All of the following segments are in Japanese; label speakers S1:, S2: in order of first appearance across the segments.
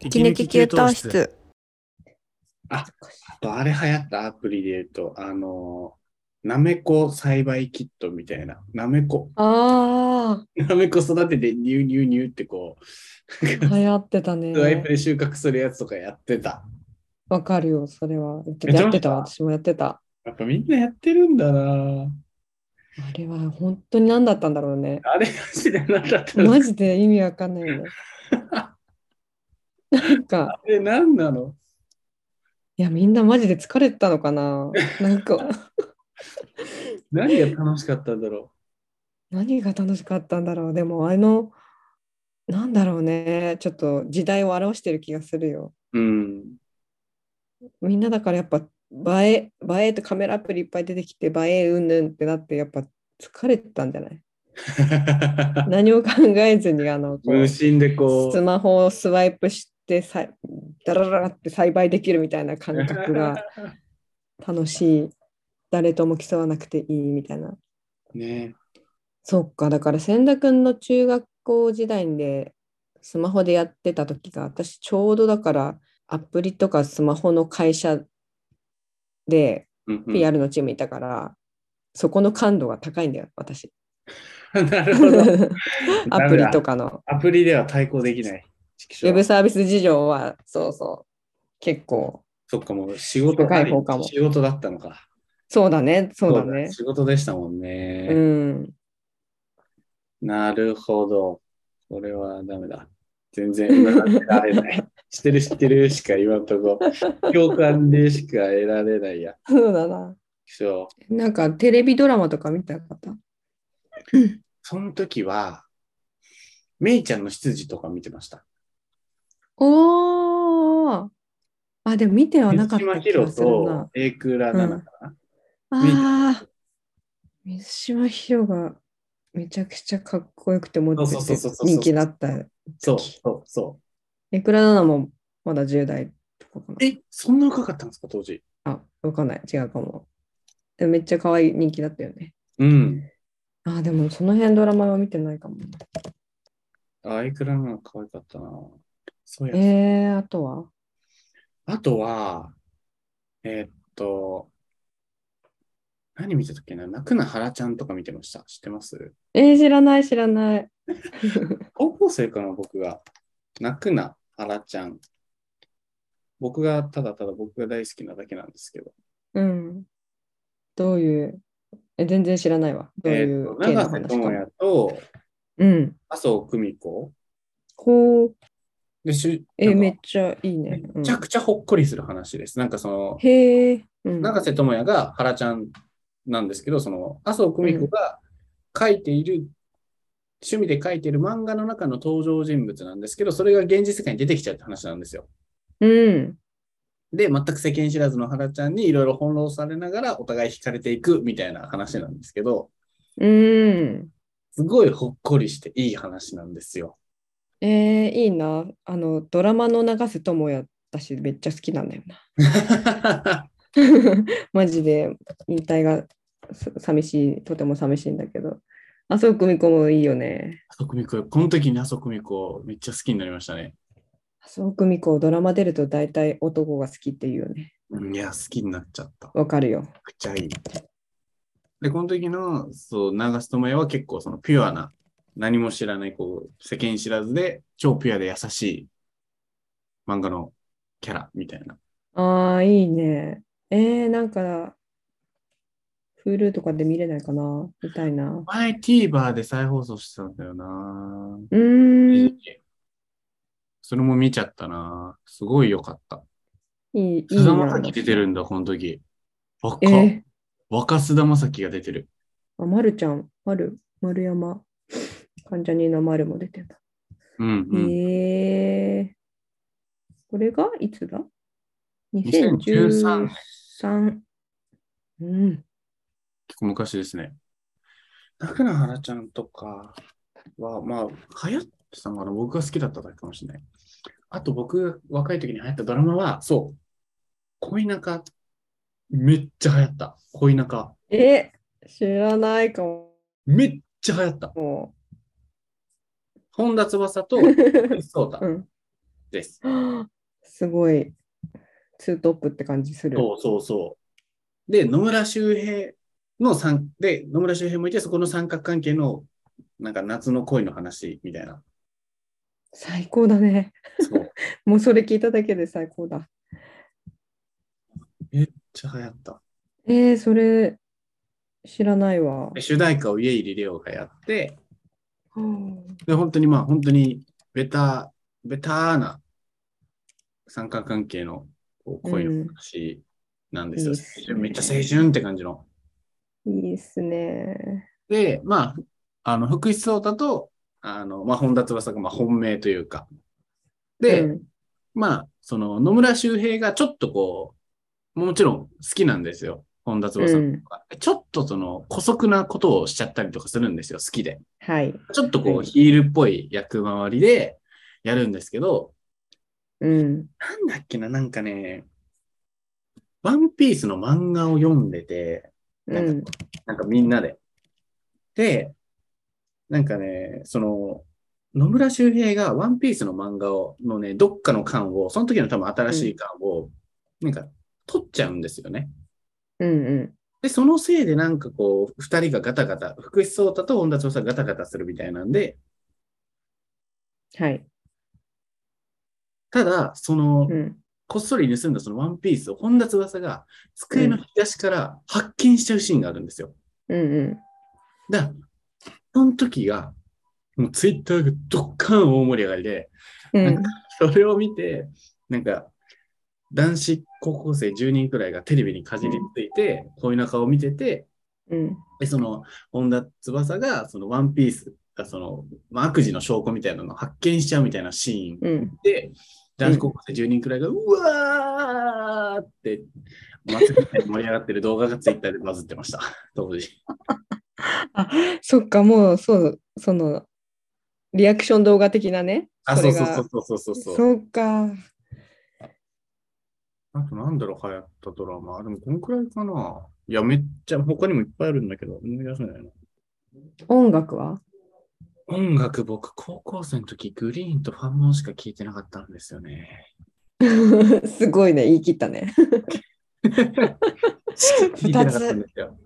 S1: 息抜き給湯室。
S2: あとあれ流行ったアプリで言うと、あの、なめこ栽培キットみたいな。なめ こ。
S3: あ
S2: なめこ育ててニューニューニューってこう、
S3: あ、流行ってたね
S2: ス。 ワイプで収穫するやつとかやってた。
S3: わかるよ、それは。
S2: やってました
S3: やってた、私もやってた。
S2: やっぱみんなやってるんだな
S3: あれは本当に何だったんだろうね。
S2: あれマジで何だったの
S3: マジで意味わかんないよね。なんか、
S2: あれ何なの
S3: いや、みんなマジで疲れてたのかな。なんか、
S2: 何が楽しかったんだろ
S3: 何が楽しかったんだろう。でも、あの、なんだろうね。ちょっと時代を表してる気がするよ。
S2: う うん。
S3: みんなだからやっぱ、映え、映えってカメラアプリいっぱい出てきて、映えうんぬんってなって、やっぱ疲れてたんじゃない何を考えずに、あの、こう
S2: 無心でこ
S3: ス
S2: う。
S3: マホをスワイプしてさ、ダラダラって栽培できるみたいな感覚が楽しい。誰とも競わなくていいみたいな。
S2: ね
S3: そっか、だから千田君の中学校時代でスマホでやってた時が、私ちょうどだからアプリとかスマホの会社で
S2: うんうん
S3: PR のチームいたから、そこの感度が高いんだよ、 私。
S2: なるほど。
S3: アプリとかの。
S2: アプリでは対抗できない。
S3: ウェブサービス事情は、そうそう、結構、
S2: そっか、もう仕事あり
S3: 社会方かも
S2: 仕事だったのか。
S3: そうだね、そうだね。
S2: 仕事でしたもん
S3: う
S2: ね。
S3: ん。
S2: なるほど。これはダメだ。全然得られない。 知ってる知ってるしか今んとこ。共感でしか得られないや。
S3: そうだな。
S2: そう。
S3: なんかテレビドラマとか見たかった
S2: その時は、めいちゃんの執事とか見てました。
S3: おーあ、でも見てはなかっ
S2: 水島
S3: た気
S2: ヒロ
S3: がするな
S2: と。エイクラナナかな。見た
S3: ああ、水島ひろがめちゃくちゃかっこよくてモテ
S2: そうそうそう
S3: て
S2: そう
S3: 人気だった。
S2: そうそうそ
S3: いくらなのもまだ10代とかか
S2: う。え、そんな若かったんですか、当時。
S3: な。あ、わかんない。違うかも。でもめっちゃ可愛い人気だったよね。
S2: うん。
S3: あー、でもその辺ドラマは見てないかも。
S2: あ、エイクラナナ可愛かったな。そうや。
S3: えー、あとは
S2: あとは、えーっと、何見てたっけな泣くな原ちゃんとか見てました。知ってます
S3: えー、知らない知らない。
S2: 高校生かな、僕が。泣くな原ちゃん。僕が、ただただ僕が大好きなだけなんですけど。
S3: うん。どういう、え、全然知らないわ。どう
S2: え
S3: い
S2: ーっと、
S3: う系の
S2: 長瀬
S3: 話か
S2: 智
S3: も。
S2: 也と
S3: うん。
S2: 麻生久美子。
S3: こう、
S2: でしゅ
S3: え、
S2: なんか
S3: めっちゃいいね。う
S2: め
S3: ん
S2: ちゃくちゃほっこりする話です。なんかその、
S3: へえ。うん
S2: 長瀬智也が原ちゃんなんですけど、その麻生久美子が書いている、趣味で書いている漫画の中の登場人物なんですけど、それが現実世界に出てきちゃうって話なんですよ。
S3: うん。
S2: で、全く世間知らずの原ちゃんにいろいろ翻弄されながらお互い惹かれていくみたいな話なんですけど、
S3: うん。
S2: すごいほっこりしていい話なんですよ。
S3: えー、いいな。あの、ドラマの長瀬智也、私めっちゃ好きなんだよな。マジで引退がさ寂しい、とても寂しいんだけど。麻生久美子もいいよね。
S2: 麻生久美子、この時に麻生久美子めっちゃ好きになりましたね。
S3: 麻生久美子、ドラマ出ると大体男が好きっていうよね。
S2: うんいや、好きになっちゃった。
S3: わかるよ。
S2: くちゃいい。で、この時の、そう、長瀬智也は結構そのピュアな、何も知らない、こう、世間知らずで、超ピュアで優しい漫画のキャラみたいな。
S3: ああ、いいね。えー、なんか、Hulu とかで見れないかなみたいな。
S2: 前 TVer で再放送してたんだよな
S3: うーん、
S2: それも見ちゃったなすごい良かった。
S3: いい、いい
S2: 菅田
S3: な
S2: 将。暉出てるんだ、この時。若、
S3: えー、
S2: 若菅田将暉が出てる。
S3: あ、まるちゃん、まる、丸山、関ジャニのまるも出てた。
S2: うん、うん。
S3: へえこれがいつだ
S2: 2013
S3: ?2013。うん。
S2: 結構昔ですね。楽な花ちゃんとかは、まあ、流行ってたのかな僕が好きだっただけかもしれない。あと僕が若い時に流行ったドラマは、そう、恋仲。めっちゃ流行った。恋仲。
S3: え、知らないかも。
S2: めっちゃ流行った。
S3: も
S2: 本田翼とそう
S3: う
S2: た
S3: ん。
S2: です。
S3: すごい、ツートップって感じする。
S2: そうそうそう。で、野村周平の三、で、野村周平もいて、そこの三角関係の、なんか夏の恋の話みたいな。
S3: 最高だね。
S2: そう。
S3: もうそれ聞いただけで最高だ。
S2: めっちゃ流行った。
S3: えー、それ、知らないわ
S2: で。主題歌を家入レオがやって、
S3: うん
S2: で、本当にまあ、本当にベタ、ベターな三角関係のこう恋の話なんですよ。
S3: うんいいっすね
S2: 青春めっちゃ青春って感じの。
S3: いいっすね。
S2: で、まあ、あの、福士蒼汰と、あの、まあ、本田翼が、まあ、本命というか。で、
S3: うん
S2: まあ、その、野村周平がちょっとこう、もちろん好きなんですよ。本田翼とか。ちょっとその、古速なことをしちゃったりとかするんですよ、好きで。
S3: はい。
S2: ちょっとこ
S3: は
S2: う、
S3: い
S2: ヒールっぽい役回りでやるんですけど、
S3: うん。
S2: なんだっけな、なんかね、ワンピースの漫画を読んでて、
S3: うん。
S2: なんかみんなで。で、なんかね、その、野村周平がワンピースの漫画を、のね、どっかの巻を、その時の多分新しい巻を、なんか取っちゃうんですよね。
S3: うんうん。
S2: で、そのせいでなんかこう、二人がガタガタ、福士蒼汰と本田翼がガタガタするみたいなんで、
S3: はい。
S2: ただ、その
S3: う、ん。
S2: こっそり盗んだそのワンピースを本田翼が机の引き出しから発見しちゃうシーンがあるんですよ。
S3: うんうん。
S2: だ、その時が、もうツイッターがドッカン大盛り上がりで、
S3: うん。
S2: それを見て、なんか、男子高校生10人くらいがテレビにかじりついて、恋仲を見てて、
S3: うん。
S2: で、その、本田翼が、そのワンピースが、その、まあ悪事の証拠みたいなのを発見しちゃうみたいなシーン
S3: うん。
S2: で、男子高校生10人くらいが、うわーって、祭りみたいに盛り上がってる動画がツイッターでバズってました、 当時。
S3: あ、そっか、もう、そう、その、リアクション動画的なね。
S2: あ、
S3: そ
S2: そう
S3: れ
S2: そ
S3: が
S2: うそうそうそうそう。
S3: そうか。
S2: あとなんだろう、流行ったドラマ。でも、このくらいかな。いや、めっちゃ、他にもいっぱいあるんだけど、思い出せないな。
S3: 音楽は
S2: 音楽、僕、高校生の時、グリーンとファンモンしか聞いてなかったんですよね。
S3: すごいね、言い切ったね。
S2: 聞いてなかったんですよ。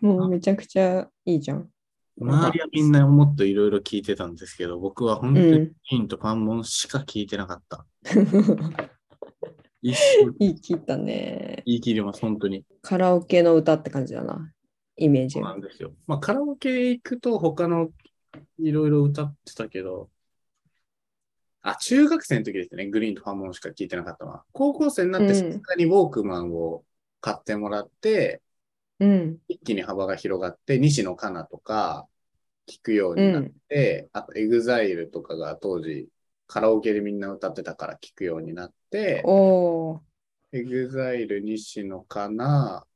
S3: もうめちゃくちゃいいじゃん。
S2: 周りはみんなもっといろいろ聞いてたんですけど、僕は本当
S3: う
S2: にグ
S3: ん。
S2: リーンとファンモンしか聞いてなか った。一生
S3: 言い切ったね。
S2: 言い切ります、本当に。
S3: カラオケの歌って感じだな。イメージ
S2: そうな
S3: が。
S2: んですよ。まあ、カラオケ行くと、他のいろいろ歌ってたけど、あ、中学生の時ですね、グリーンとファンモンしか聞いてなかったのは。高校生になって、
S3: うん
S2: さすがにウォークマンを買ってもらって、
S3: うん。
S2: 一気に幅が広がって、西野カナとか聞くよう
S3: う
S2: になっ
S3: ん。
S2: て、あとエグザイルとかが当時、カラオケでみんな歌ってたから聞くようになって、
S3: おー。
S2: エグザイル西野かな。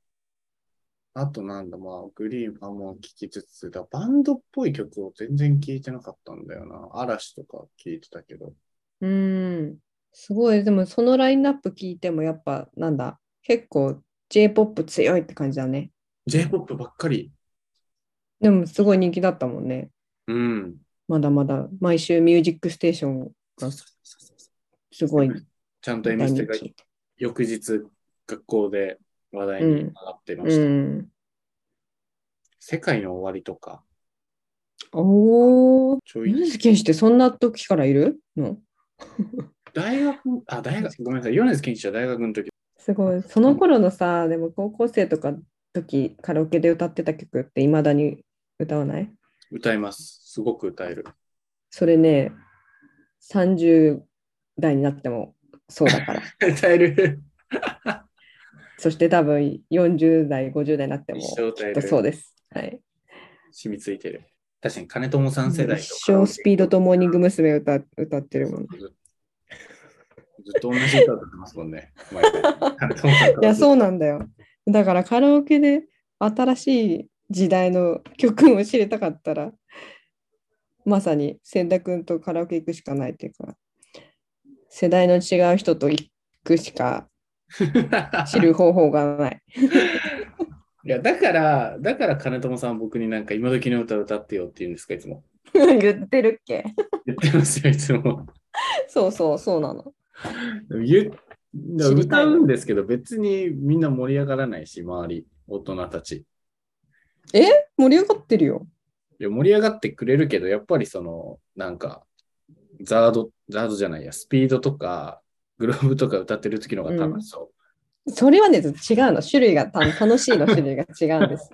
S2: あとなんだ、まあ、グリーンファンも聴きつつだ、バンドっぽい曲を全然聴いてなかったんだよな。嵐とか聴いてたけど。
S3: うん。すごい。でも、そのラインナップ聞いても、やっぱ、なんだ、結構 J-POP 強いって感じだね。
S2: J-POP ばっかり。
S3: でも、すごい人気だったもんね。
S2: うん。
S3: まだまだ、毎週ミュージックステーション、そうそすごい。
S2: ちゃんと
S3: 大
S2: M ステ
S3: 人
S2: が
S3: 気
S2: 翌日、学校で話題に上がっていま
S3: う
S2: した。
S3: ん。
S2: 世界の終わりとか、
S3: おー。
S2: ちょい、
S3: 米津玄師ってそんな時からいるの
S2: 大学、あ、大学、ごめんなさい、米津玄師は大学の時。
S3: すごい。その頃のさ、でも高校生とか時カラオケで歌ってた曲っていまだに歌わない
S2: 歌います。すごく歌 える。
S3: それね、30代になってもそう だから。
S2: 歌える。
S3: そして多分40代、50代になっても
S2: 一生歌え
S3: きっ
S2: る
S3: と。そうです。はい、
S2: 染みついてる。確かに金友さん世代と
S3: 一生スピードとモーニング娘。歌歌ってるもん。い
S2: ずずっと同じ歌歌ってますもんね。毎回金友さんから
S3: や、そうなんだよ。だからカラオケで新しい時代の曲を知りたかったら、まさに千田君とカラオケ行くしかないっていうか、世代の違う人と行くしか知る方法がない。
S2: いや、だから、だから金友さん僕になんか今時の歌歌ってよって言うんですか、いつも。
S3: 言ってるっけ
S2: 言ってますよ、いつも。
S3: そうそう、そうなの。
S2: 言うだから
S3: 知りた
S2: 歌
S3: いの
S2: うんですけど、別にみんな盛り上がらないし、周り、大人たち。
S3: 盛り上がってるよ。
S2: いや盛り上がってくれるけど、やっぱりその、なんか、ザード、ザードじゃないや、スピードとか、グローブとか歌ってる時の方が楽しそ
S3: それはね、違うの。種類が、た楽しいの種類が違うんです。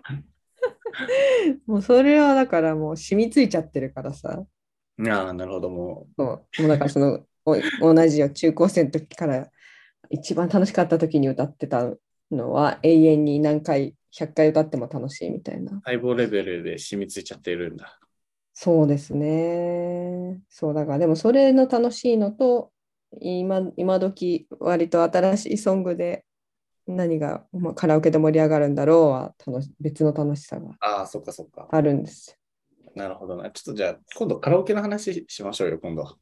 S3: もうそれはだからもう染みついちゃってるからさ。
S2: う。ああ、なるほど、も
S3: そうもうだからそのお同じよ中高生の時から一番楽しかった時に歌ってたのは永遠に何回100回歌っても楽しいみたいな
S2: う、細胞レベルで染みついちゃってるんだ。
S3: そうですねそうだからでもそれの楽しいのと今今時割と新しいソングで何が、まあ、カラオケで盛り上がるんだろうは楽し別の楽しさが
S2: ああ、そっかそっか。
S3: あるんです
S2: なるほどな。ちょっとじゃあ、今度カラオケの話しましょうよ、今度。
S3: よ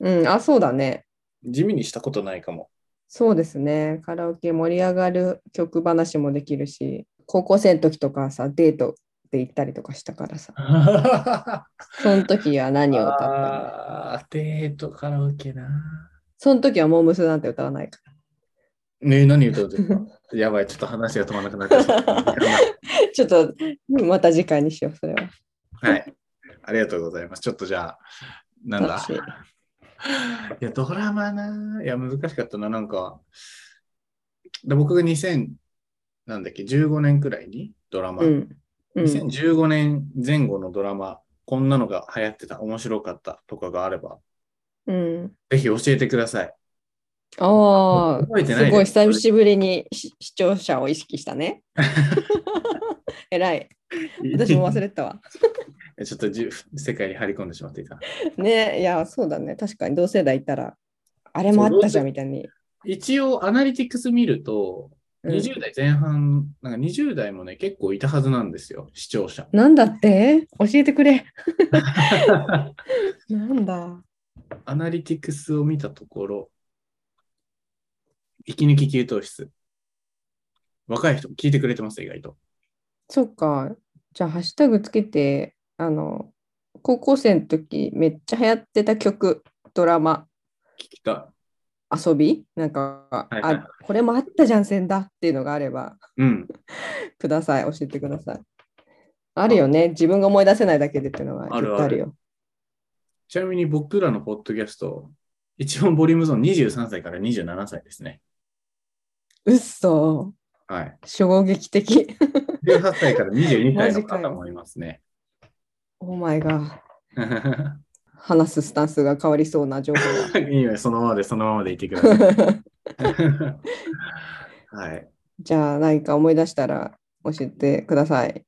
S3: うんあそうだね
S2: 地味にしたことないか も。
S3: そうですね。カラオケ盛り上がる曲話もできるし、高校生の時とかさ、デートで行ったりとかしたからさ、その時は何を歌ったの
S2: ああ、デートカラオケな。
S3: その時はモームスなんて歌わないか
S2: ねえ、何歌うとかやばい、ちょっと話が止まらなくなってき た。
S3: ら。 ちょっとまた次回にしよう、それは。
S2: はい。ありがとうございます。ちょっとじゃあ、なんだ
S3: 楽しい。
S2: いや、ドラマな。いや、難しかったな。なんか、で僕が2000、なんだっけ、15年くらいにドラマ、
S3: うん。うん、
S2: 2015年前後のドラマ、こんなのが流行ってた、面白かったとかがあれば、
S3: うん、
S2: ぜひ教えてください。
S3: あ
S2: 覚え
S3: あ、
S2: てないです
S3: すごい久しぶりにし視聴者を意識した ね。えらい。私も忘れてたわ。
S2: ちょっとじゅ世界に張り込んでしまっていた。
S3: ねいや、そうだね。確かに同世代いたら、あれもあったじゃんみたいに。
S2: 一応、アナリティクス見ると、
S3: うん
S2: 20代前半、なんか20代もね、結構いたはずなんですよ、視聴 者。
S3: なんだって教えてくれ。なんだ。
S2: アナリティクスを見たところ、息抜き給湯室。若い人も聞いてくれてます、意外と。
S3: そっか。じゃあ、ハッシュタグつけて、あの、高校生の時めっちゃ流行ってた曲、ドラマ、
S2: 聞きた
S3: 遊びなんか、
S2: いはいはい
S3: あ、これもあったじゃん、せんだっていうのがあれば、
S2: い。うん。
S3: ください。教えてください。あるよね。自分が思い出せないだけでっていうのは
S2: ある
S3: 絶対あるよ。
S2: ちなみに僕らのポッドキャスト、一番ボリュームゾーン23歳から27歳ですね。
S3: うっそ。
S2: はい。
S3: 衝撃的。
S2: 18歳から22歳の
S3: マジか
S2: 方
S3: よ
S2: もいますね。
S3: オーマイが話すスタンスが変わりそうな情報が。
S2: いいよ、そのままで、そのままでいてくだ さい。 はい。
S3: じゃあ何か思い出したら教えてください。